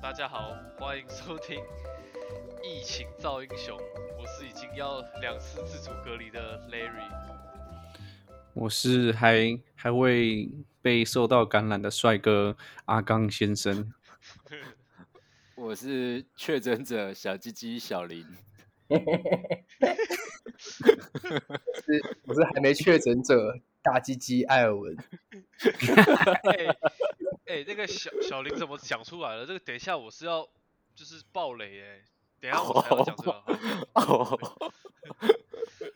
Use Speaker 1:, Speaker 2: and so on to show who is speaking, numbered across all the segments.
Speaker 1: 大家好，欢迎收听《疫情造英雄》，我是已经要两次自主隔离的 Larry。
Speaker 2: 我是还还未被受到感染的帅哥阿刚先生。
Speaker 3: 我是确诊者小鸡鸡小林，
Speaker 4: 是我是还没确诊者大鸡鸡艾尔文，
Speaker 1: 哎、哎，那个小小林怎么讲出来了？这个等一下我是要就是爆雷哎、等一下我才要讲这个。好
Speaker 3: 哦，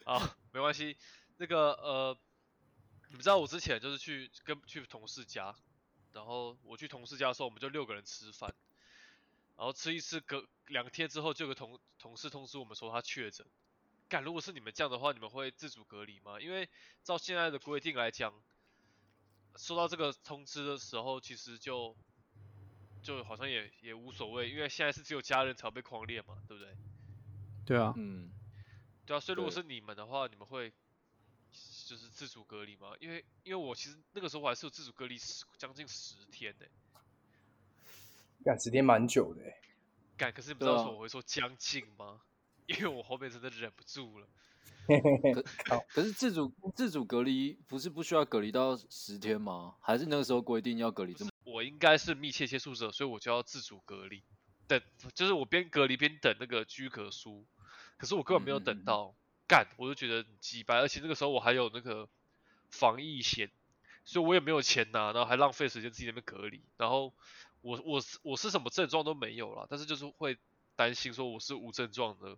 Speaker 1: 啊，没关系。那个呃，你们知道我之前就是去跟去同事家，然后我去同事家的时候，我们就六个人吃饭，然后吃一次隔两天之后，就有个同同事通知我们说他确诊。干，如果是你们这样的话，你们会自主隔离吗？因为照现在的规定来讲，收到这个通知的时候，其实就就好像也也无所谓，因为现在是只有家人才会被狂列嘛，对不对？
Speaker 2: 对啊，
Speaker 3: 嗯，
Speaker 1: 对啊，所以如果
Speaker 3: 对
Speaker 1: 是你们的话，你们会就是自主隔离吗？因为因为我其实那个时候我还是有自主隔离十将近十天呢、
Speaker 4: 干时间蛮久的欸，
Speaker 1: 干，可是你们知
Speaker 3: 对
Speaker 1: 道为
Speaker 3: 啊
Speaker 1: 什么我会说将近吗？因为我后面真的忍不住了。
Speaker 3: 可是自主自主隔离不是不需要隔离到十天吗？还是那个时候规定要隔离这么？
Speaker 1: 我应该是密切接触者，所以我就要自主隔离。等，就是我边隔离边等那个居隔书，可是我根本没有
Speaker 3: 嗯嗯
Speaker 1: 等
Speaker 3: 嗯
Speaker 1: 到，干，我就觉得很鸡掰，而且那个时候我还有那个防疫险，所以我也没有钱拿，然后还浪费时间自己在那边隔离，然后我我是我是什么症状都没有啦，但是就是会担心说我是无症状的，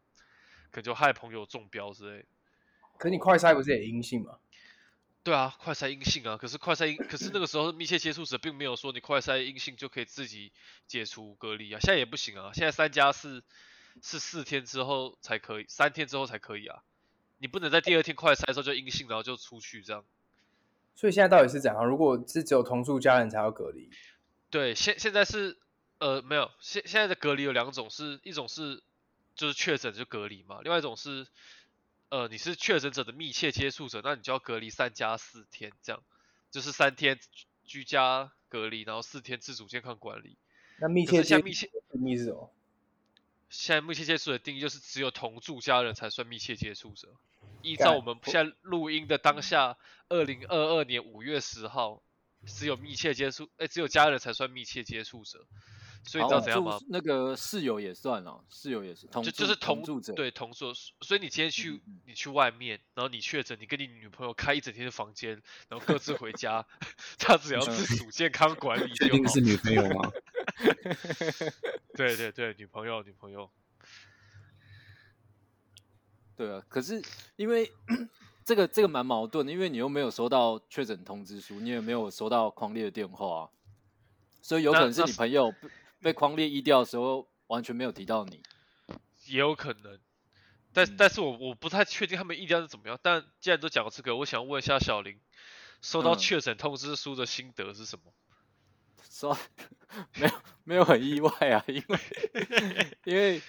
Speaker 1: 可能就害朋友中标之类的。
Speaker 4: 可是你快筛不是也阴性吗？
Speaker 1: 对啊，快筛阴性啊，可是快筛阴，可是那个时候密切接触者并没有说你快筛阴性就可以自己解除隔离啊，现在也不行啊，现在三加四是四天之后才可以，三天之后才可以啊，你不能在第二天快筛的时候就阴性，然后就出去这样。
Speaker 4: 所以现在到底是怎样？如果是只有同住家人才要隔离，
Speaker 1: 对，现现在是呃没有，现现在的隔离有两种，是一种是就是确诊就隔离嘛，另外一种是呃你是确诊者的密切接触者，那你就要隔离三加四天这样，就是三天居居家隔离，然后四天自主健康管理。
Speaker 4: 那密
Speaker 1: 可
Speaker 4: 切
Speaker 1: 是
Speaker 4: 接
Speaker 1: 像
Speaker 4: 触
Speaker 1: 密切
Speaker 4: 的定义是什么？
Speaker 1: 现在密切接触的定义就是只有同住家人才算密切接触者。依
Speaker 4: 干
Speaker 1: 照我们现在录音的当下，二零二二年五月十号，只有密切接触，哎、只有家人才算密切接触者。所以你知道
Speaker 3: 好
Speaker 1: 怎样吗？
Speaker 3: 住那个室友也算了，室友也是同
Speaker 1: 就
Speaker 3: 住
Speaker 1: 就是
Speaker 3: 同
Speaker 1: 同
Speaker 3: 住者，
Speaker 1: 对同住，所以你今天去、
Speaker 3: 嗯
Speaker 1: 你去外面，然后你确诊，你跟你女朋友开一整天的房间，然后各自回家， 她只要
Speaker 3: 嗯
Speaker 1: 自主健康管理
Speaker 2: 确
Speaker 1: 就
Speaker 2: 定
Speaker 1: 好
Speaker 2: 是。女朋友吗？
Speaker 1: 对对对，女朋友女朋友，
Speaker 3: 对啊。可是因为 这个这个蛮矛盾的，因为你又没有收到确诊通知书，你也没有收到框列的电话、啊，所以有
Speaker 1: 那
Speaker 3: 可能是
Speaker 1: 那
Speaker 3: 你
Speaker 1: 是
Speaker 3: 朋友被被框列医掉的时候完全没有提到你。
Speaker 1: 也有可能。但、
Speaker 3: 嗯
Speaker 1: 但是我我不太确定他们意料是怎么样。但既然都讲到这个，我想问一下小林，收到
Speaker 3: 嗯
Speaker 1: 确诊通知书的心得是什么？
Speaker 3: 说没有没有很意外啊，因为因为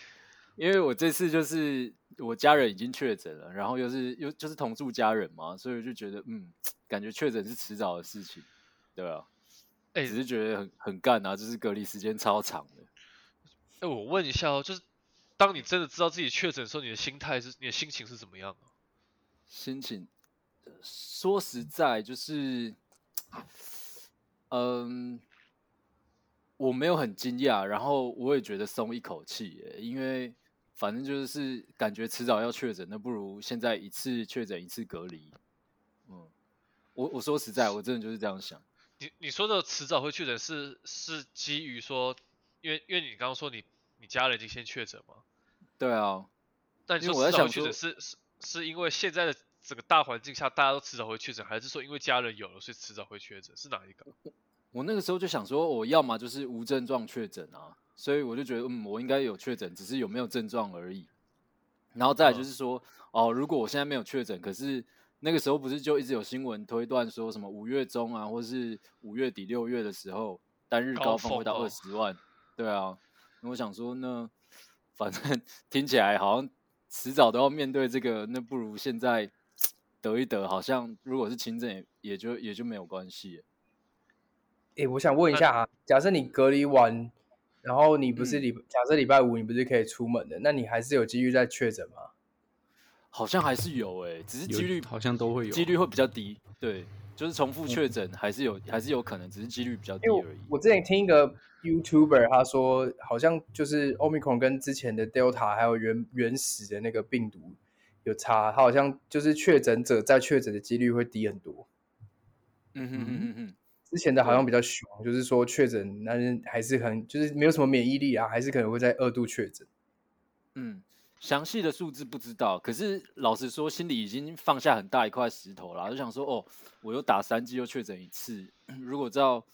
Speaker 3: 因为我这次就是我家人已经确诊了，然后又是又就是同住家人嘛，所以我就觉得嗯，感觉确诊是迟早的事情，对啊，
Speaker 1: 哎、
Speaker 3: 只是觉得很很干啊，就是隔离时间超长的。
Speaker 1: 哎，我问一下哦，就是当你真的知道自己确诊的时候，你的心态是你的心情是怎么样啊？
Speaker 3: 心情，呃说实在就是，嗯，我没有很惊讶，然后我也觉得松一口气耶，因为反正就是感觉迟早要确诊，那不如现在一次确诊一次隔离。嗯，我我说实在，我真的就是这样想。
Speaker 1: 你你说的迟早会确诊是是基于说，因为因为你刚刚说你你家人已经先确诊嘛，
Speaker 3: 对啊，
Speaker 1: 但你
Speaker 3: 因为
Speaker 1: 说
Speaker 3: 我
Speaker 1: 迟
Speaker 3: 在
Speaker 1: 早会
Speaker 3: 想
Speaker 1: 确诊是是是因为现在的整个大环境下大家都迟早会确诊，还是说因为家人有了所以迟早会确诊？是哪一个？
Speaker 3: 我那个时候就想说，我要么就是无症状确诊啊，所以我就觉得，嗯，我应该有确诊，只是有没有症状而已。然后再来就
Speaker 1: 嗯
Speaker 3: 是说，哦，如果我现在没有确诊，可是那个时候不是就一直有新闻推断说什么五月中啊，或是五月底六月的时候，单日
Speaker 1: 高
Speaker 3: 高峰
Speaker 1: 峰
Speaker 3: 会到
Speaker 1: 哦
Speaker 3: 二十万，对啊。那我想说呢，反正 听起来好像迟早都要面对这个，那不如现在得一得，好像如果是轻症也也就也就没有关系了。
Speaker 4: 诶，我想问一下啊，假设你隔离完然后你不是
Speaker 1: 嗯
Speaker 4: 礼、假设礼拜五你不是可以出门的，那你还是有几率在确诊吗？
Speaker 3: 好像还是有诶、只是
Speaker 2: 有
Speaker 3: 几率
Speaker 2: 好像都会有啊嗯
Speaker 3: 几率会比较低。对，就是重复确诊还是有，还是有可能，只是几率比较低
Speaker 4: 因为我
Speaker 3: 而已。
Speaker 4: 我之前听一个 YouTuber 他说，好像就是 Omicron 跟之前的 Delta 还有原原始的那个病毒有差，他好像就是确诊者在确诊的几率会低很多。
Speaker 3: 嗯哼哼哼哼，
Speaker 4: 之前的好像比较凶，就是说确诊那人还是很就是没有什么免疫力啊，还是可能会在二度确诊。
Speaker 3: 嗯，详细的数字不知道，可是老实说，心里已经放下很大一块石头啦，就想说，哦，我又打三剂又确诊一次，如果照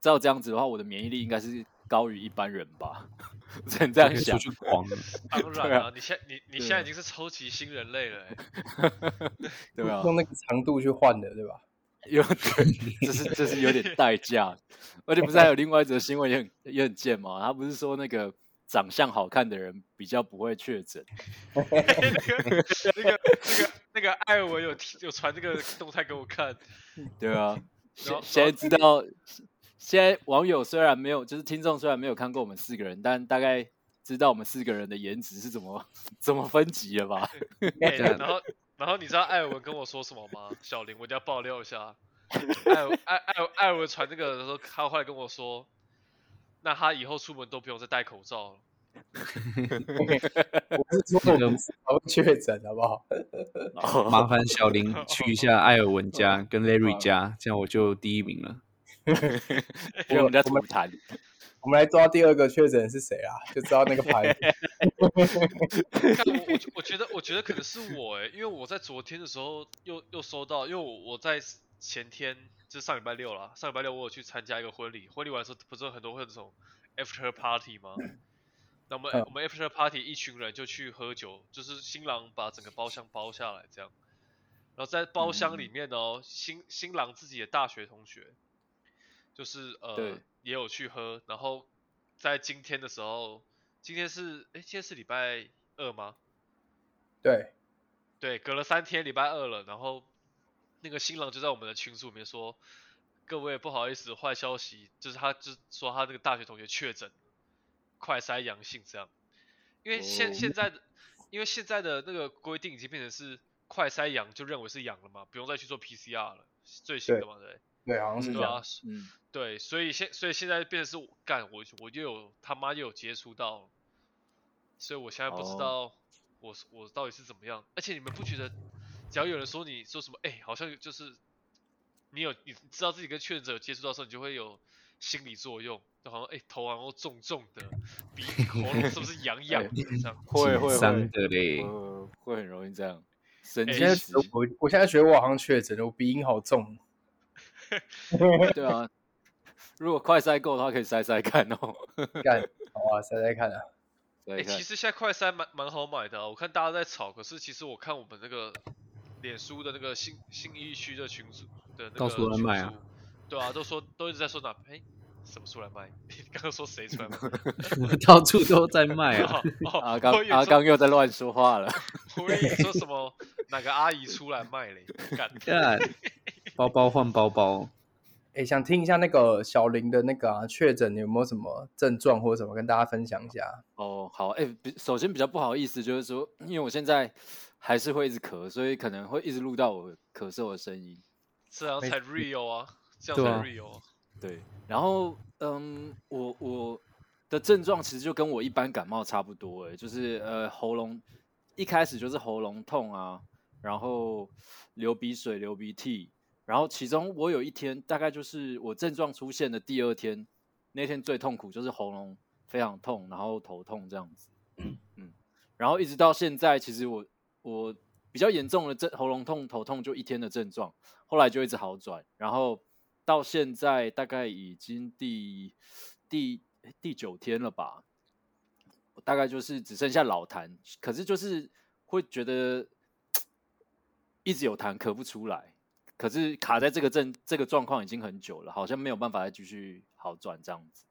Speaker 3: 照这样子的话，我的免疫力应该是高于一般人吧？ 只能这
Speaker 2: 这
Speaker 3: 样
Speaker 2: 样
Speaker 3: 想
Speaker 2: 出。去 狂了，
Speaker 1: 当
Speaker 3: 对
Speaker 1: 然
Speaker 3: 啊
Speaker 1: 啊，你现你你
Speaker 3: 对
Speaker 1: 现在
Speaker 3: 啊
Speaker 1: 已经是超级新人类 了、欸，
Speaker 3: 对啊吧？
Speaker 4: 用那个长度去换的，对吧？
Speaker 3: 有对，这是这是有点代价，而且不是还有另外一则新闻也很也很贱吗？他不是说那个长相好看的人比较不会确诊？
Speaker 1: 那个那个那个那个艾尔文有提有传这个动态给我看，
Speaker 3: 对 啊，现
Speaker 1: 然后
Speaker 3: 现在知道，现在网友虽然没有，就是听众虽然没有看过我们四个人，但大概知道我们四个人的颜值是怎么怎么分级了 吧？
Speaker 1: 哎
Speaker 2: 这样
Speaker 1: 然后然后你知道艾尔文跟我说什么吗？小林，我一定要爆料一下。艾尔艾艾艾尔文传这个的时候，他后来跟我说，那他以后出门都不用再戴口罩了。
Speaker 3: 啊
Speaker 4: 我是说我们是才会确诊，好不好？
Speaker 2: 麻烦小林去一下艾尔文 家跟 Larry 家，这样我就第一名了。
Speaker 3: 因为我们在
Speaker 4: 我
Speaker 3: 吐
Speaker 4: 们
Speaker 3: 痰，
Speaker 4: 我们来抓第二个确诊是谁啊？就知道那个 牌子。
Speaker 1: 看我我觉我觉得我觉得可能是我哎、因为我在昨天的时候又又收到，因为我我在前天就是上礼拜六啦，上礼拜六我有去参加一个婚礼，婚礼完的时候不是很多会有那种 after party 吗？那我们、
Speaker 4: 嗯
Speaker 1: 我们 after party 一群人就去喝酒，就是新郎把整个包厢包下来这样，然后在包厢里面哦，新新郎自己的大学同学，就是呃
Speaker 3: 对
Speaker 1: 也有去喝，然后在今天的时候，今天是哎今天是礼拜二吗？
Speaker 4: 对，
Speaker 1: 对，隔了三天，礼拜二了，然后那个新郎就在我们的群组里面说，各位不好意思，坏消息，就是他就是说他那个大学同学确诊，快筛阳性这样，因为现、
Speaker 3: 哦
Speaker 1: 现在的，因为现在的那个规定已经变成是快筛阳就认为是阳了嘛，不用再去做 PCR 了，最新的嘛，对不
Speaker 4: 对，好像
Speaker 1: 对，
Speaker 3: 嗯
Speaker 4: 是这
Speaker 1: 对
Speaker 4: 样。
Speaker 1: 啊，
Speaker 3: 嗯，
Speaker 1: 对，所以现所以现在变成是我干我我又有他妈又有接触到，所以我现在不知
Speaker 3: 哦
Speaker 1: 道我是我到底是怎么样。而且你们不觉得，只要有人说你说什么，哎、好像就是你有你知道自己跟确诊者有接触到的时候，你就会有心理作用，就好像哎、头好像重重的，鼻喉咙是不是痒痒的这样？
Speaker 3: 会会
Speaker 2: 三
Speaker 3: 会，
Speaker 2: 的嘞，
Speaker 3: 呃，会很容易这样。神
Speaker 1: 哎
Speaker 4: 我
Speaker 3: 经
Speaker 4: 现在
Speaker 3: 质
Speaker 4: 觉得我我现在觉得我好像确诊了，我鼻音 好重。
Speaker 3: 对啊，如果快塞够的话，可以塞塞看哦。
Speaker 4: 干，好啊，猜猜看啊。
Speaker 3: 塞
Speaker 1: 哎、
Speaker 3: 塞看
Speaker 1: 其，实现在快筛蛮蛮好买的啊、我看大家在炒，可是其实我看我们那个脸书的那个新新一区的群组的那个
Speaker 2: 到处有人
Speaker 1: 群
Speaker 2: 卖啊
Speaker 1: 组，对啊，都说都一直在说哪哎、什么出来卖？ 你刚刚说谁出来卖？
Speaker 2: 到处都在卖 啊。
Speaker 1: 哦哦，
Speaker 3: 阿刚
Speaker 1: 我以为
Speaker 3: 阿
Speaker 1: 说
Speaker 3: 刚又在乱说话了。
Speaker 1: 我以为你说什么哪个阿姨出来卖 嘞？干，
Speaker 2: 看，包包换包包，
Speaker 4: 哎，想听一下那个小林的那个啊，确诊有没有什么症状或者什么，跟大家分享一下。
Speaker 3: 哦，好，哎、比首先比较不好意思，就是说，因为我现在还是会一直咳，所以可能会一直录到我咳嗽的声音。
Speaker 1: 这样才 real 啊，这样
Speaker 2: 对
Speaker 1: 才
Speaker 2: 啊
Speaker 1: real 啊。
Speaker 3: 对，然后，嗯，我我的症状其实就跟我一般感冒差不多、哎，就是呃喉咙一开始就是喉咙痛啊，然后流鼻水、流鼻涕，然后其中我有一天大概就是我症状出现的第二天，那天最痛苦就是喉咙非常痛，然后头痛这样子。嗯，然后一直到现在，其实我我比较严重的症喉咙痛、头痛就一天的症状，后来就一直好转，然后到现在大概已经第第诶第九天了吧，大概就是只剩下老痰，可是就是会觉得一直有痰咳不出来，可是卡在这个症这个状况已经很久了，好像没有办法再继续好转这样子。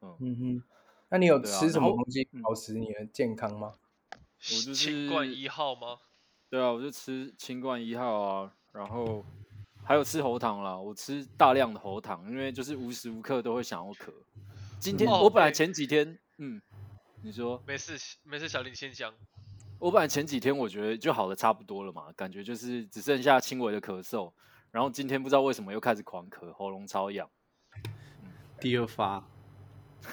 Speaker 4: 嗯哼，那你有
Speaker 3: 对啊
Speaker 4: 吃什
Speaker 3: 然
Speaker 4: 么
Speaker 3: 后
Speaker 4: 东西
Speaker 3: 嗯
Speaker 4: 保持你的健康吗？
Speaker 3: 我就
Speaker 1: 清冠
Speaker 3: 是
Speaker 1: 一号吗？
Speaker 3: 对啊，我就吃清冠一号啊，然后还有吃喉糖啦。我吃大量的喉糖，因为就是无时无刻都会想要咳，今天
Speaker 1: 哦
Speaker 3: 我本来
Speaker 1: 对
Speaker 3: 前几天，嗯，你说
Speaker 1: 没事没事，小林先讲。
Speaker 3: 我本来前几天我觉得就好的差不多了嘛，感觉就是只剩下轻微的咳嗽，然后今天不知道为什么又开始狂咳，喉咙超痒。
Speaker 2: 第二发，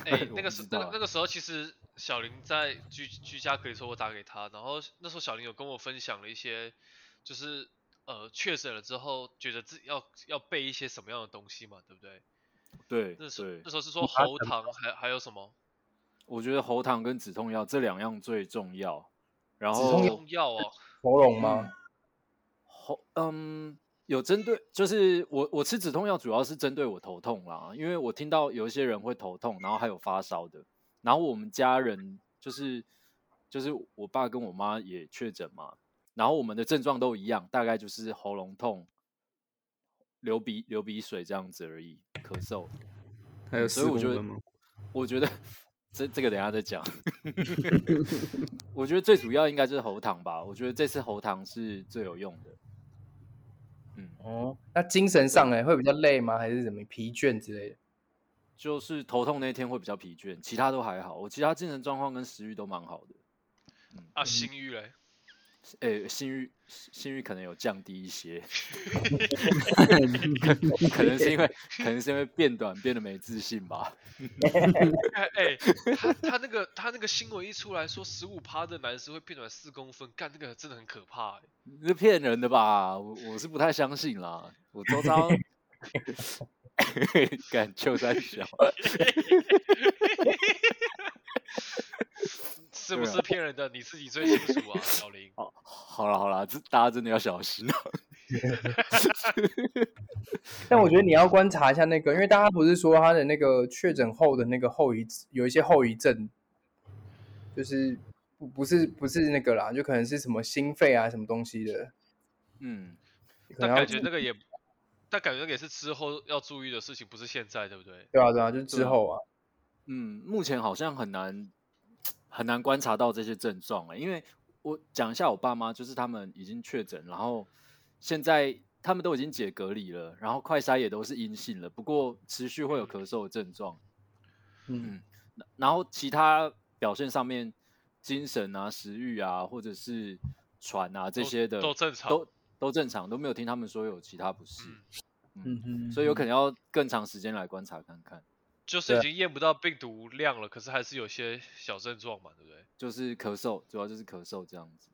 Speaker 1: 哎、
Speaker 3: 我
Speaker 1: 那
Speaker 3: 不
Speaker 1: 个时
Speaker 3: 知
Speaker 1: 那个
Speaker 3: 道
Speaker 1: 那个时候，其实小林在居居家隔离的时候，我打给他，然后那时候小林有跟我分享了一些，就是呃确诊了之后，觉得自己要要备一些什么样的东西嘛，对不对？
Speaker 3: 对
Speaker 1: 那时候
Speaker 3: 对
Speaker 1: 那，时候是说
Speaker 2: 他
Speaker 1: 喉
Speaker 2: 很
Speaker 1: 糖，还还有什么
Speaker 3: 我觉得喉糖跟止痛药这两样最重要。然
Speaker 4: 止
Speaker 3: 后
Speaker 4: 痛药
Speaker 1: 中药哦，
Speaker 4: 喉咙吗？
Speaker 3: 嗯喉嗯，有针对，就是我我吃止痛药主要是针对我头痛啦，因为我听到有一些人会头痛，然后还有发烧的，然后我们家人就是就是我爸跟我妈也确诊嘛，然后我们的症状都一样，大概就是喉咙痛、流鼻流鼻水这样子而已，咳嗽。
Speaker 2: 还有
Speaker 3: 嗯所
Speaker 2: 四
Speaker 3: 以我
Speaker 2: 公
Speaker 3: 觉得
Speaker 2: 分吗？
Speaker 3: 我觉得这这个等一下再讲。 我觉得最主要应该就是喉糖吧，我觉得这次喉糖是最有用的。嗯，
Speaker 4: 哦，那精神上呢，会比较累吗？还是怎么疲倦之类的？
Speaker 3: 就是头痛那天会比较疲倦，其他都还好。我其他精神状况跟食欲都蛮好的。
Speaker 1: 啊，心欲嘞，
Speaker 3: 诶、性欲性欲可能有降低一些，可可能是因为可能是因为变短变得没自信吧。
Speaker 1: 哎、哎他他那个他那个新闻一出来说十五趴的男生会变短四公分，干那个真的很可怕、欸，
Speaker 3: 你是骗人的吧？我我是不太相信啦。我周遭 敢就在小，
Speaker 1: 是不
Speaker 3: 对啊
Speaker 1: 是骗人的？你自己最清楚啊，小林。
Speaker 3: 好，好啦好啦，这大家真的要小心啊。
Speaker 4: 但我觉得你要观察一下那个，因为大家不是说他的那个确诊后的那个后遗有一些后遗症，就是不不是不是那个啦，就可能是什么心肺啊什么东西的，
Speaker 3: 嗯，
Speaker 4: 可
Speaker 1: 但
Speaker 4: 能要
Speaker 1: 感觉那个也，但感觉那个也是之后要注意的事情，不是现在，对不对？
Speaker 4: 对啊对啊，就是之
Speaker 3: 对啊
Speaker 4: 后啊，
Speaker 3: 嗯，目前好像很难很难观察到这些症状了、因为我讲一下我爸妈，就是他们已经确诊，然后现在他们都已经解隔离了，然后快筛也都是阴性了，不过持续会有咳嗽的症状。
Speaker 4: 嗯，
Speaker 3: 那然后其他表现上面，精神啊、食欲啊，或者是喘啊这
Speaker 1: 都
Speaker 3: 些的
Speaker 1: 都正常
Speaker 3: 都都正常，都没有听他们说有其他不适，
Speaker 1: 嗯
Speaker 4: 嗯哼，
Speaker 3: 所以有可能要更长时间来观察看看。
Speaker 1: 就是
Speaker 4: 对
Speaker 1: 已
Speaker 4: 啊
Speaker 1: 经验不到病毒量了，可是还是有些小症状嘛，对不对？
Speaker 3: 就是咳嗽，主要就是咳嗽这样子。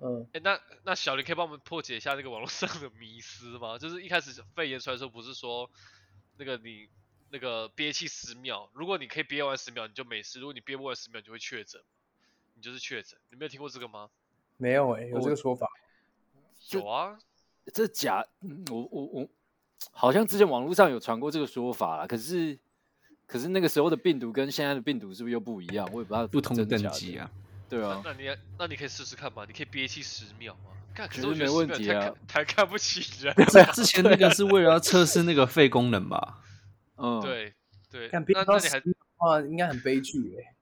Speaker 4: 嗯，
Speaker 1: 哎、那那小林可以帮我们破解一下那个网络上的迷思吗？就是一开始肺炎出来的时候，不是说那个你那个憋气十秒，如果你可以憋完十秒，你就没事；如果你憋不完十秒，你就会确诊，你就是确诊。你没有听过这个吗？
Speaker 4: 没有哎、有
Speaker 3: 我
Speaker 4: 这个说法，
Speaker 3: 这
Speaker 1: 有啊，
Speaker 3: 这假，嗯我我我，好像之前网络上有传过这个说法啦，可是可是那个时候的病毒跟现在的病毒是不是又不一样？我也不知道
Speaker 2: 不同
Speaker 3: 的
Speaker 2: 等级 啊，，
Speaker 3: 对啊，
Speaker 1: 那你那你可以试试看嘛，你可以憋气十秒嘛。干，可
Speaker 3: 绝
Speaker 1: 是我
Speaker 3: 对
Speaker 1: 觉得
Speaker 3: 没
Speaker 1: 10
Speaker 3: 问
Speaker 1: 秒
Speaker 3: 题
Speaker 1: 太
Speaker 3: 啊
Speaker 1: 看太看不起 人
Speaker 2: 之之前那个是为了要测试那个肺功能吧？
Speaker 3: 嗯，
Speaker 1: 对对，
Speaker 4: 但
Speaker 1: 那那你还
Speaker 4: 哇，应该很悲剧哎、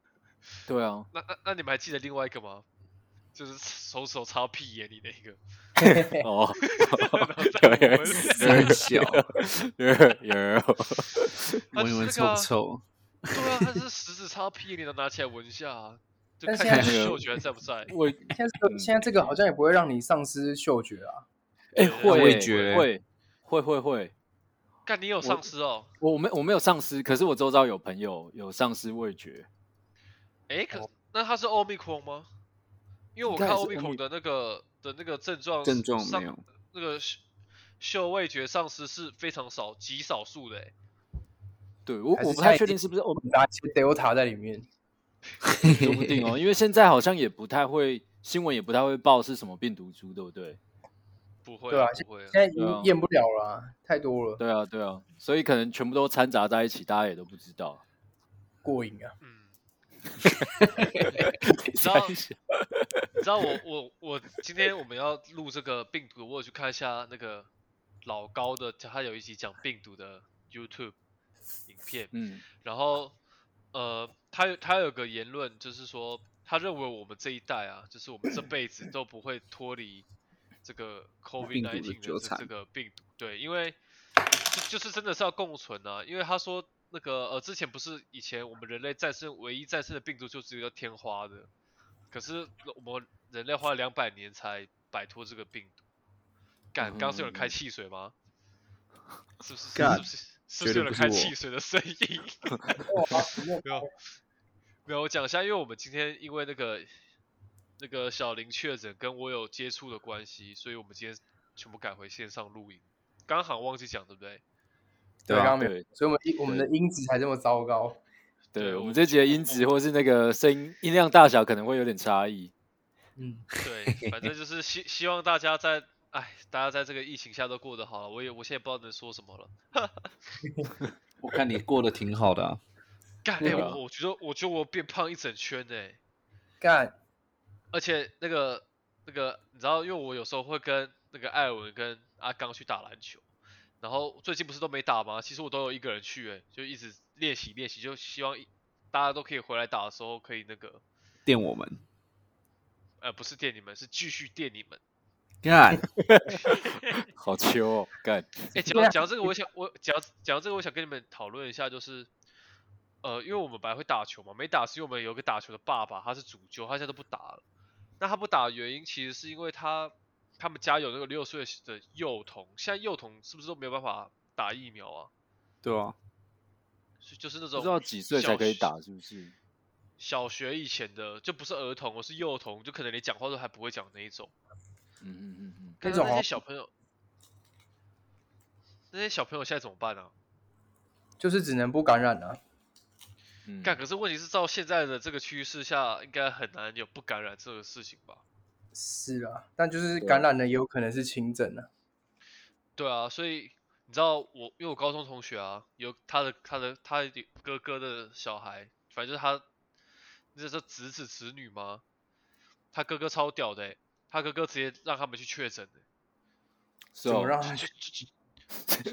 Speaker 3: 对啊，
Speaker 1: 那那那你们还记得另外一个吗？就是手手擦屁眼里那个，
Speaker 3: 哦，
Speaker 1: 然
Speaker 3: 有
Speaker 1: 后在我们
Speaker 2: 三小，
Speaker 3: 有有有有，
Speaker 1: 那就
Speaker 2: 闻一
Speaker 1: 是
Speaker 2: 闻
Speaker 1: 那个啊
Speaker 2: 臭不臭？
Speaker 1: 对啊，他是食指插屁眼，你能拿起来闻一下啊，就
Speaker 4: 但
Speaker 1: 看
Speaker 4: 现
Speaker 1: 看
Speaker 4: 在
Speaker 1: 你
Speaker 3: 那
Speaker 1: 的
Speaker 3: 个
Speaker 1: 嗅觉还在不 在。
Speaker 3: 我
Speaker 4: 现在 这
Speaker 1: 嗯
Speaker 4: 个现在这个好像也不会让你丧失嗅觉啊，
Speaker 3: 哎、
Speaker 1: 对
Speaker 3: 会
Speaker 2: 味
Speaker 3: 欸
Speaker 2: 觉
Speaker 3: 会会会会，
Speaker 1: 干，你有丧尸哦？
Speaker 3: 我我没我没有丧失，可是我周遭有朋友有丧失味觉，
Speaker 1: 哎，
Speaker 4: 哦
Speaker 1: 可那他是欧密狂吗？因为我
Speaker 3: 应该
Speaker 1: 看
Speaker 3: 也
Speaker 1: 欧密
Speaker 3: 是 Omicron
Speaker 1: 狂的那个的那个症状
Speaker 2: 症
Speaker 1: 是
Speaker 2: 状
Speaker 1: 上
Speaker 2: 没有，
Speaker 1: 那个嗅嗅味觉丧失是非常少极少数的欸。
Speaker 3: 对我
Speaker 4: 还
Speaker 3: 我不
Speaker 4: 是现在
Speaker 3: 太
Speaker 4: 已
Speaker 3: 确
Speaker 4: 经
Speaker 3: 定是不是我们
Speaker 4: 拿一些 delta 在里面，
Speaker 3: 说不 定哦，因为现在好像也不太会新闻也不太会报是什么病毒株，对不对？
Speaker 1: 不会
Speaker 4: 对啊
Speaker 1: 不会啊
Speaker 4: 现，在已
Speaker 3: 对啊
Speaker 4: 经验不了了啊、太多了，
Speaker 3: 对啊，对啊，所以可能全部都掺杂在一起，大家也都不知道。
Speaker 4: 过瘾啊，
Speaker 1: 嗯，你知道你知道我我我今天我们要录这个病毒，我有去看一下那个老高的，他有一集讲病毒的 YouTube 影片，
Speaker 3: 嗯，
Speaker 1: 然后呃，他有他有个言论，就是说他认为我们这一代啊，就是我们这辈子都不会脱离这个 COVID
Speaker 2: 病毒的
Speaker 1: 19
Speaker 2: 纠
Speaker 1: 的这
Speaker 2: 缠
Speaker 1: 这个病毒，对，因为就就是真的是要共存啊，因为他说那个呃，之前不是以前我们人类再生唯一再生的病毒就是一个天花的，可是我们人类花了两百年才摆脱这个病毒。干，刚刚是有人开汽水吗？是不是？是
Speaker 2: 嗯干
Speaker 1: 不是？是不是有人
Speaker 2: 绝对
Speaker 1: 开
Speaker 2: 不是我
Speaker 1: 汽水的声音？ 没有，没有，我讲一下，因为我们今天因为那个那个小林确诊跟我有接触的关系，所以我们今天全部改回线上录音。刚好忘记讲，对不对？
Speaker 2: 对
Speaker 4: 刚
Speaker 2: 啊
Speaker 4: 刚没有
Speaker 3: 对，
Speaker 4: 所以我们音我们的音质才这么糟糕。
Speaker 1: 对
Speaker 3: 对我
Speaker 1: 我
Speaker 3: 们这集的音质或是那个声音音量大小可能会有点差异。
Speaker 4: 嗯，
Speaker 1: 对，反正就是希希望大家在哎，大家在这个疫情下都过得好了。我也我现在不知道能说什么了。
Speaker 2: 我看你过得挺 好的、啊，
Speaker 1: 干，哎、
Speaker 3: 对啊
Speaker 1: 我我觉得我觉得我变胖一整圈哎、
Speaker 4: 干，
Speaker 1: 而且那个那个，你知道，因为我有时候会跟那个艾文跟阿刚去打篮球，然后最近不是都没打吗？其实我都有一个人去、欸，就一直练习练习，就希望一大家都可以回来打的时候可以那个，
Speaker 2: 电我们
Speaker 1: 呃，不是电你们，是继续电你们。
Speaker 2: 干，
Speaker 3: 好秋哦，干，
Speaker 1: 哎、讲
Speaker 4: 啊
Speaker 1: 到讲到这个，我想我讲到讲到这个，我想跟你们讨论一下，就是，呃，因为我们本来会打球嘛，没打是因为我们有个打球的爸爸，他是主教，他现在都不打了。那他不打的原因，其实是因为他他们家有那个六岁的幼童，现在幼童是不是都没有办法打疫苗啊？
Speaker 2: 对啊，
Speaker 1: 是就是那
Speaker 3: 不
Speaker 1: 种
Speaker 3: 知道几岁才可以
Speaker 1: 小学
Speaker 3: 打，是不是？
Speaker 1: 小学以前的，就不是儿童，我是幼童，就可能连讲话都还不会讲那一种。
Speaker 3: 嗯嗯嗯嗯，
Speaker 1: 但是
Speaker 4: 那种哦
Speaker 1: 那些
Speaker 4: 好像
Speaker 1: 小朋友，那些小朋友现在怎么办啊？
Speaker 4: 就是只能不感染啊。
Speaker 3: 嗯
Speaker 1: 干，可是问题是，照现在的这个趋势下，应该很难有不感染这个事情吧？
Speaker 4: 是啊，但就是
Speaker 3: 对
Speaker 4: 感染的也有可能是轻症啊。
Speaker 1: 对啊，所以你知道我，因为我高中同学啊，有他的他的他的哥哥的小孩，反正就是他，那是侄子侄女吗？他哥哥超屌的欸、他哥哥直接让他们去确诊的欸
Speaker 3: 是
Speaker 4: 怎么
Speaker 3: 哦，
Speaker 4: 让他去？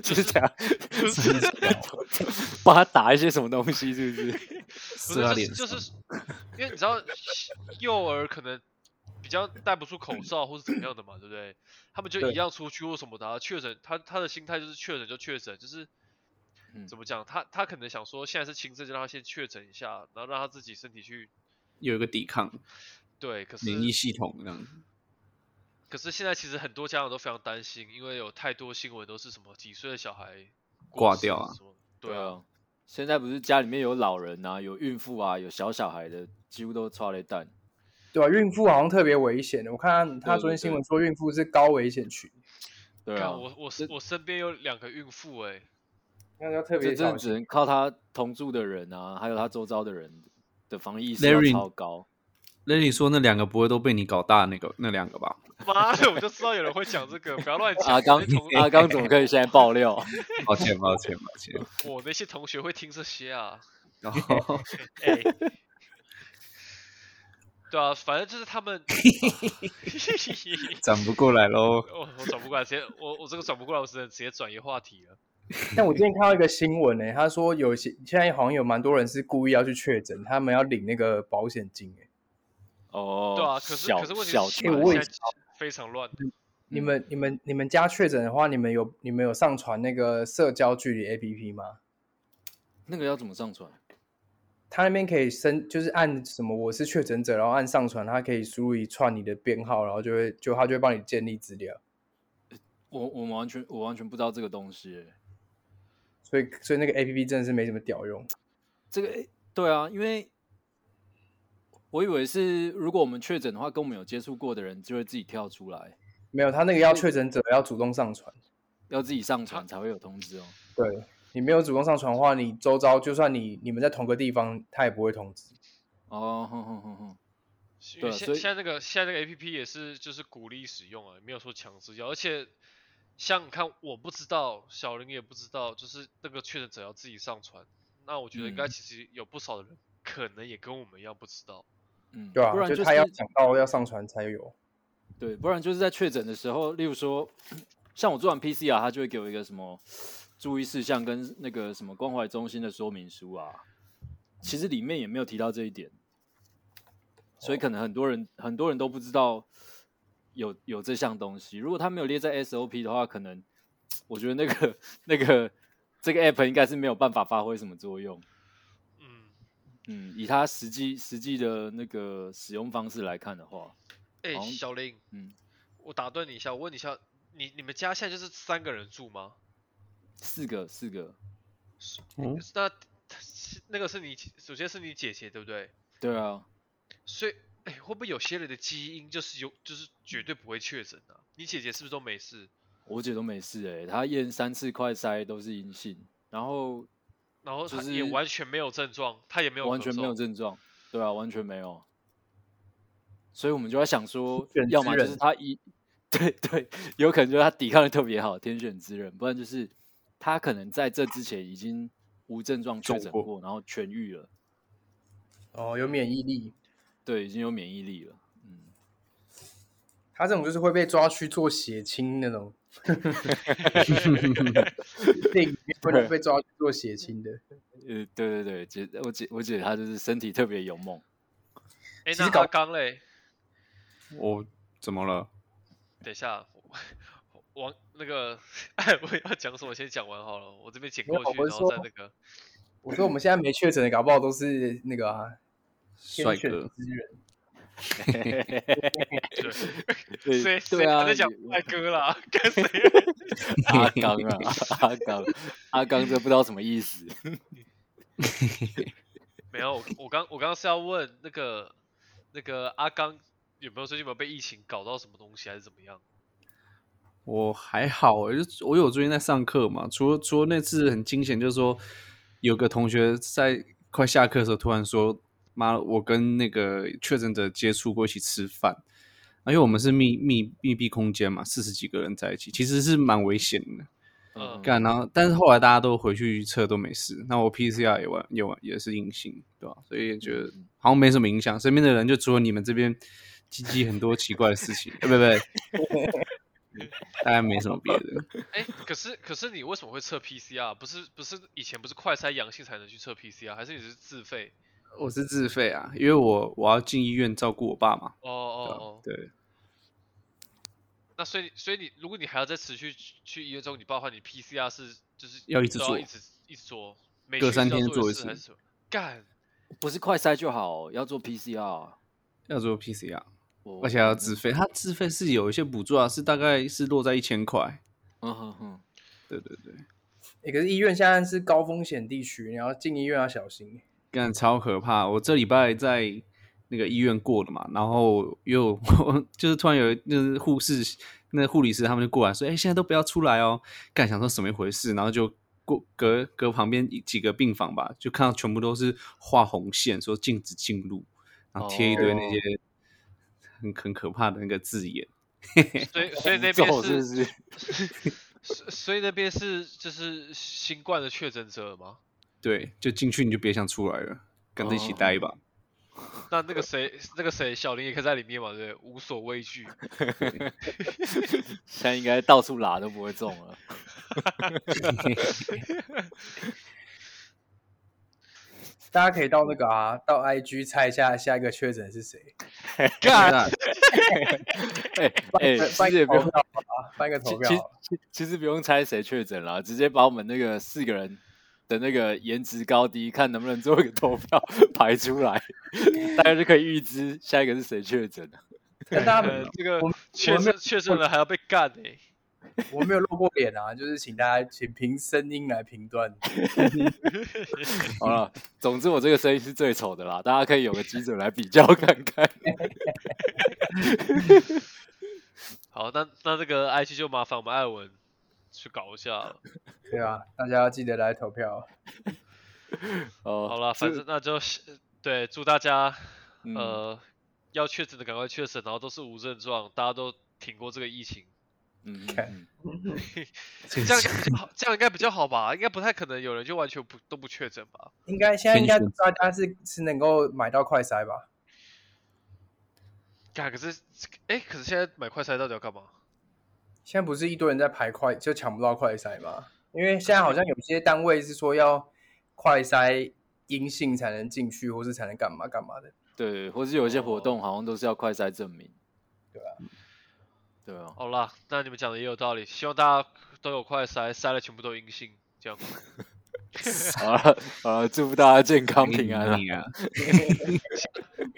Speaker 3: 就是这样，
Speaker 1: 欸，不是
Speaker 3: 帮他打一些什么东西，是不是？
Speaker 1: 不
Speaker 2: 射
Speaker 1: 是
Speaker 2: 他
Speaker 1: 就是
Speaker 2: 脸
Speaker 1: 就
Speaker 2: 上，
Speaker 1: 是， 因为你知道幼儿可能比较戴不出口罩或是怎么样的嘛，对不对？他们就
Speaker 4: 对
Speaker 1: 一样出去或什么的、啊，确诊他他的心态就是确诊就确诊，就是
Speaker 3: 嗯
Speaker 1: 怎么讲，他他可能想说现在是轻症，就让他先确诊一下，然后让他自己身体去
Speaker 2: 有一个抵抗
Speaker 1: 对。可是
Speaker 2: 免疫系统这样子，
Speaker 1: 可是现在其实很多家长都非常担心，因为有太多新闻都是什么几岁的小孩过
Speaker 2: 挂
Speaker 1: 世
Speaker 2: 掉啊
Speaker 1: 什么的，对啊，，
Speaker 3: 现在不是家里面有老人啊，有孕妇啊，有小小孩的，几乎都超雷蛋。
Speaker 4: 对啊，孕妇好像特别危险的。我看他
Speaker 3: 对
Speaker 4: 昨
Speaker 3: 对
Speaker 4: 天新闻
Speaker 3: 对
Speaker 4: 说孕妇是高危险群，
Speaker 3: 对
Speaker 1: 看、
Speaker 3: 啊，
Speaker 1: 我我身我身边有两个孕妇哎、
Speaker 4: 那要特
Speaker 3: 这
Speaker 4: 别
Speaker 3: 真
Speaker 4: 小
Speaker 3: 的只
Speaker 4: 心。
Speaker 3: 能靠他同住的人啊，还有他周遭的人的防疫意识
Speaker 2: Larry-
Speaker 3: 要超高。
Speaker 2: 那你说那两个不会都被你搞大那个那两个吧？
Speaker 1: 妈的，我就知道有人会讲这 个，不要乱讲。
Speaker 3: 阿啊刚
Speaker 1: 那些同，
Speaker 3: 阿刚怎么可以现在爆料？
Speaker 2: 抱歉，抱歉，抱 歉。
Speaker 1: 我那些同学会听这些 啊，
Speaker 2: 然后
Speaker 1: 哎、对啊，反正就是他 们，
Speaker 2: 转不过来喽。
Speaker 1: 我哦我转不过来，直接我我这个转不过来，我只能直接转移话题了。
Speaker 4: 但我今天看到一个新闻呢、他说有些现在好像有蛮多人是故意要去确诊，他们要领那个保险金、欸。
Speaker 3: 哦，
Speaker 1: 对啊，可是
Speaker 3: 小
Speaker 1: 可是问题
Speaker 3: 小
Speaker 1: 是
Speaker 4: 哎
Speaker 1: 现在
Speaker 3: 船
Speaker 4: 我也
Speaker 1: 现在非常乱，
Speaker 4: 你们、你们、你们家确诊的话，你们有你们有上传那个社交距离 APP 吗？
Speaker 3: 那个要怎么上传？
Speaker 4: 他那边可以申，就是按什么我是确诊者，然后按上传，他可以输入一串你的编号，然后就会就他就会帮你建立资料。
Speaker 3: 我我完全我完全不知道这个东西欸。
Speaker 4: 所以所以那个 A P P 真的是没什么屌用。
Speaker 3: 这个诶对啊，因为我以为是如果我们确诊的话，跟我们有接触过的人就会自己跳出来，
Speaker 4: 没有，他那个要确诊者要主动上传，
Speaker 3: 要自己上传才会有通知哦。
Speaker 4: 对你没有主动上传的话，你周遭就算你你们在同个地方，他也不会通知。
Speaker 3: 哦，哼哼哼哼，
Speaker 1: 因为
Speaker 3: 对啊
Speaker 1: 现
Speaker 3: 所以
Speaker 1: 现在那个现在那个 A P P 也是就是鼓励使用啊，没有说强制要，而且像你看我不知道，小林也不知道，就是那个确诊者要自己上传，那我觉得应该
Speaker 3: 嗯
Speaker 1: 其实有不少的人可能也跟我们一样不知道。
Speaker 3: 嗯，
Speaker 4: 对啊，
Speaker 3: 不然
Speaker 4: 就是他要讲到要上传才有。
Speaker 3: 对，不然就是在确诊的时候，例如说，像我做完 PCR，他就会给我一个什么注意事项跟那个什么关怀中心的说明书啊，其实里面也没有提到这一点，所以可能很多人很多人都不知道有有这项东西。如果他没有列在 SOP 的话，可能我觉得那个那个这个 app 应该是没有办法发挥什么作用。
Speaker 1: 嗯，
Speaker 3: 嗯，以它实际实际的那个使用方式来看的话，
Speaker 1: 哎、
Speaker 3: 好像
Speaker 1: 小林，
Speaker 3: 嗯，
Speaker 1: 我打断你一下，我问你一下，你你们家现在就是三个人住吗？
Speaker 3: 四个四个，
Speaker 2: 哦
Speaker 1: 可，是那那个是你，首先是你姐姐对不对？
Speaker 3: 对啊，
Speaker 1: 所以，哎、会不会有些人的基因就是有，就是绝对不会确诊啊？你姐姐是不是都没事？
Speaker 3: 我姐都没事哎、她验三次快筛都是阴性，然后
Speaker 1: 然后
Speaker 3: 就
Speaker 1: 她也
Speaker 3: 是
Speaker 1: 完全没有症状，她也没有
Speaker 3: 完
Speaker 1: 咳
Speaker 3: 全没有
Speaker 1: 嗽
Speaker 3: 症状，对啊，完全没有。所以我们就在想说
Speaker 4: 天选，之
Speaker 3: 要么就
Speaker 4: 人
Speaker 3: 是他一， 对对，有可能就是他抵抗力特别好，天选之人；不然就是他可能在这之前已经无症状确
Speaker 2: 中
Speaker 3: 诊
Speaker 2: 过
Speaker 3: 过，然后痊愈了，
Speaker 4: 哦，有免疫力。
Speaker 3: 对，已经有免疫力了。嗯，
Speaker 4: 他这种就是会被抓去做血清那种， 电影里面会被抓去做血清的。
Speaker 3: 呃，对对对，姐，我姐我姐她就是身体特别勇猛，
Speaker 1: 哎、
Speaker 4: 其
Speaker 1: 那
Speaker 4: 实搞
Speaker 1: 阿刚嘞，
Speaker 2: 我怎么了？
Speaker 1: 等一下，我王那个， 哎，我要讲什么先讲完好了，我这边剪
Speaker 4: 没有
Speaker 1: 过去，
Speaker 4: 我是
Speaker 1: 然后再
Speaker 4: 说
Speaker 1: 那个。
Speaker 4: 我说我们现在没确诊的，搞不好都是那个啊，天
Speaker 2: 帅
Speaker 4: 选
Speaker 2: 哥，
Speaker 4: 之人。
Speaker 1: 对，
Speaker 3: 对
Speaker 1: 谁
Speaker 3: 对
Speaker 1: 谁
Speaker 3: 啊
Speaker 1: 还在讲
Speaker 3: 也
Speaker 1: 帅哥啦？跟谁？
Speaker 3: 阿刚啊，阿刚，阿刚这不知道什么意思。
Speaker 1: 没有，我刚我刚刚是要问那个那个阿刚有没有最近有没有被疫情搞到什么东西，还是怎么样？
Speaker 2: 我还好欸，就我有最近在上课嘛，除了除了那次很惊险，就是说有个同学在快下课的时候突然说：“妈，我跟那个确诊者接触过，一起吃饭。”啊因为我们是密密密闭空间嘛，四十几个人在一起，其实是蛮危险的。
Speaker 1: 嗯
Speaker 2: 干，然后但是后来大家都回去测都没事，那我 PCR 也完也完也是阴性，对吧、所以也觉得好像没什么影响，身边的人就除了你们这边积极很多奇怪的事情，呃，不不， 大家没什么别的。
Speaker 1: 哎、可是可是你为什么会测 PCR？不是不是以前不是快筛阳性才能去测 PCR，还是你是自费？
Speaker 2: 我是自费啊，因为我我要进医院照顾我爸嘛，
Speaker 1: 哦哦哦，
Speaker 2: 对，
Speaker 1: 那所以所以你如果你还要再持续去去医院中，你包括你 PCR 是就是
Speaker 2: 要一
Speaker 1: 都
Speaker 2: 直做
Speaker 1: 一直一直做，每
Speaker 2: 隔
Speaker 1: 星期
Speaker 2: 三
Speaker 1: 要
Speaker 2: 天
Speaker 1: 做
Speaker 2: 做一
Speaker 1: 次还
Speaker 2: 次
Speaker 1: 是什么？ 干，
Speaker 3: 不是快筛就好，要做 PCR。
Speaker 2: 要做 PCR，
Speaker 3: 我
Speaker 2: 而且还要自费，它自费是有一些补助啊，是大概是落在一千块，
Speaker 3: 嗯哼哼，
Speaker 2: 对对对，
Speaker 4: 欸可是医院现在是高风险地区，你要进医院要小心。
Speaker 2: 干超可怕！我这礼拜在那个医院过了嘛，然后又 就是突然有就是护士、那护理师他们就过来说：“哎、现在都不要出来哦。”干想说什么一回事，然后就过隔隔旁边一几个病房吧，就看到全部都是画红线，说禁止进入，然后贴一堆那
Speaker 3: 哦
Speaker 2: 些很很可怕的那个字眼。
Speaker 1: 所以所以那
Speaker 3: 这
Speaker 1: 边
Speaker 3: 我是不是？
Speaker 1: 所所以那边是就是新冠的确诊者吗？
Speaker 2: 对，就进去你就别想出来了，跟着一起
Speaker 3: 哦
Speaker 2: 待吧。
Speaker 1: 那那个谁那个谁小林也可以在里面嘛，对不对，无所畏 惧。
Speaker 3: 现在应该到处拉都不会中了。
Speaker 4: 大家可以到那个啊，到 IG 猜一下下一个确诊是谁，
Speaker 1: 干，
Speaker 3: 哎哎，其
Speaker 4: 办
Speaker 3: 实
Speaker 4: 一
Speaker 3: 也
Speaker 4: 个
Speaker 3: 不
Speaker 4: 投
Speaker 3: 用
Speaker 4: 票，好吧，办一个
Speaker 3: 其
Speaker 4: 投票啊
Speaker 3: 其
Speaker 4: 好了。
Speaker 3: 其其实不用猜谁确诊了，直接把我们那个四个人的那个颜值高低，看能不能做一个投票 排出来，大家就可以预知下一个是谁确诊了。
Speaker 4: 但
Speaker 2: 啊
Speaker 4: 大家没
Speaker 1: 呃，这个
Speaker 4: 我
Speaker 1: 确
Speaker 4: 我没
Speaker 1: 诊确诊了还要被干哎、
Speaker 4: 我没有露过脸啊，就是请大家请凭声音来评断。
Speaker 3: 好了，总之我这个声音是最丑的啦，大家可以有个基准来比较看看。
Speaker 1: 好，那那这个 IG 就麻烦我们艾文去搞一下了。
Speaker 4: 对啊，大家要记得来投票。
Speaker 3: 哦，
Speaker 1: 好了，反
Speaker 3: 这
Speaker 1: 正那就是对，祝大家
Speaker 3: 嗯
Speaker 1: 呃要确诊的赶快确诊，然后都是无症状，大家都挺过这个疫情，
Speaker 3: 嗯嗯
Speaker 4: 看
Speaker 3: 嗯
Speaker 1: 这样应该比较好，这样应该比较好吧？应该不太可能有人就完全不都不确诊吧？
Speaker 4: 应该现在应该
Speaker 2: 天选
Speaker 4: 大家是是能够买到快筛吧？
Speaker 1: 干，可是哎、可是现在买快筛到底要干嘛？
Speaker 4: 现在不是一堆人在排快，就抢不到快筛吗？因为现在好像有些单位是说要快筛阴性才能进去，或是才能干嘛干嘛的。
Speaker 3: 对，或是有一些活
Speaker 1: 哦
Speaker 3: 动好像都是要快筛证明。
Speaker 4: 对啊，
Speaker 3: 对啊，
Speaker 1: 好啦，那你们讲的也有道理，希望大家都有快筛，筛了全部都阴性。这样。
Speaker 3: 好了好了，祝福大家健康平安啊！
Speaker 2: 你啊，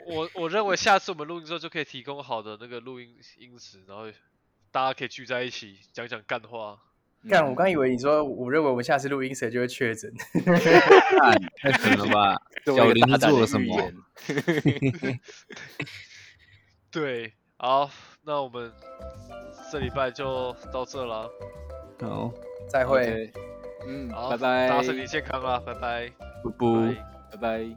Speaker 1: 我我认为下次我们录音之后就可以提供好的那个录音音质，然后大家可以聚在一起讲讲干话。
Speaker 4: 干，
Speaker 3: 嗯
Speaker 4: 我刚以为你说，我认为我们下次录音谁就会确诊。
Speaker 2: 干太狠了吧！
Speaker 3: 作
Speaker 2: 小
Speaker 3: 为一
Speaker 2: 林
Speaker 3: 个大
Speaker 2: 是
Speaker 3: 胆
Speaker 2: 做
Speaker 3: 的
Speaker 2: 了什
Speaker 3: 预
Speaker 2: 么
Speaker 3: 言？
Speaker 1: 对，好，那我们这礼拜就到这了，
Speaker 2: 好，
Speaker 4: 再会。
Speaker 3: OK，嗯，
Speaker 1: 好，
Speaker 3: 拜拜，
Speaker 1: 啊大家身体健康啦，拜拜，
Speaker 2: 不不。
Speaker 1: 拜
Speaker 3: 拜拜。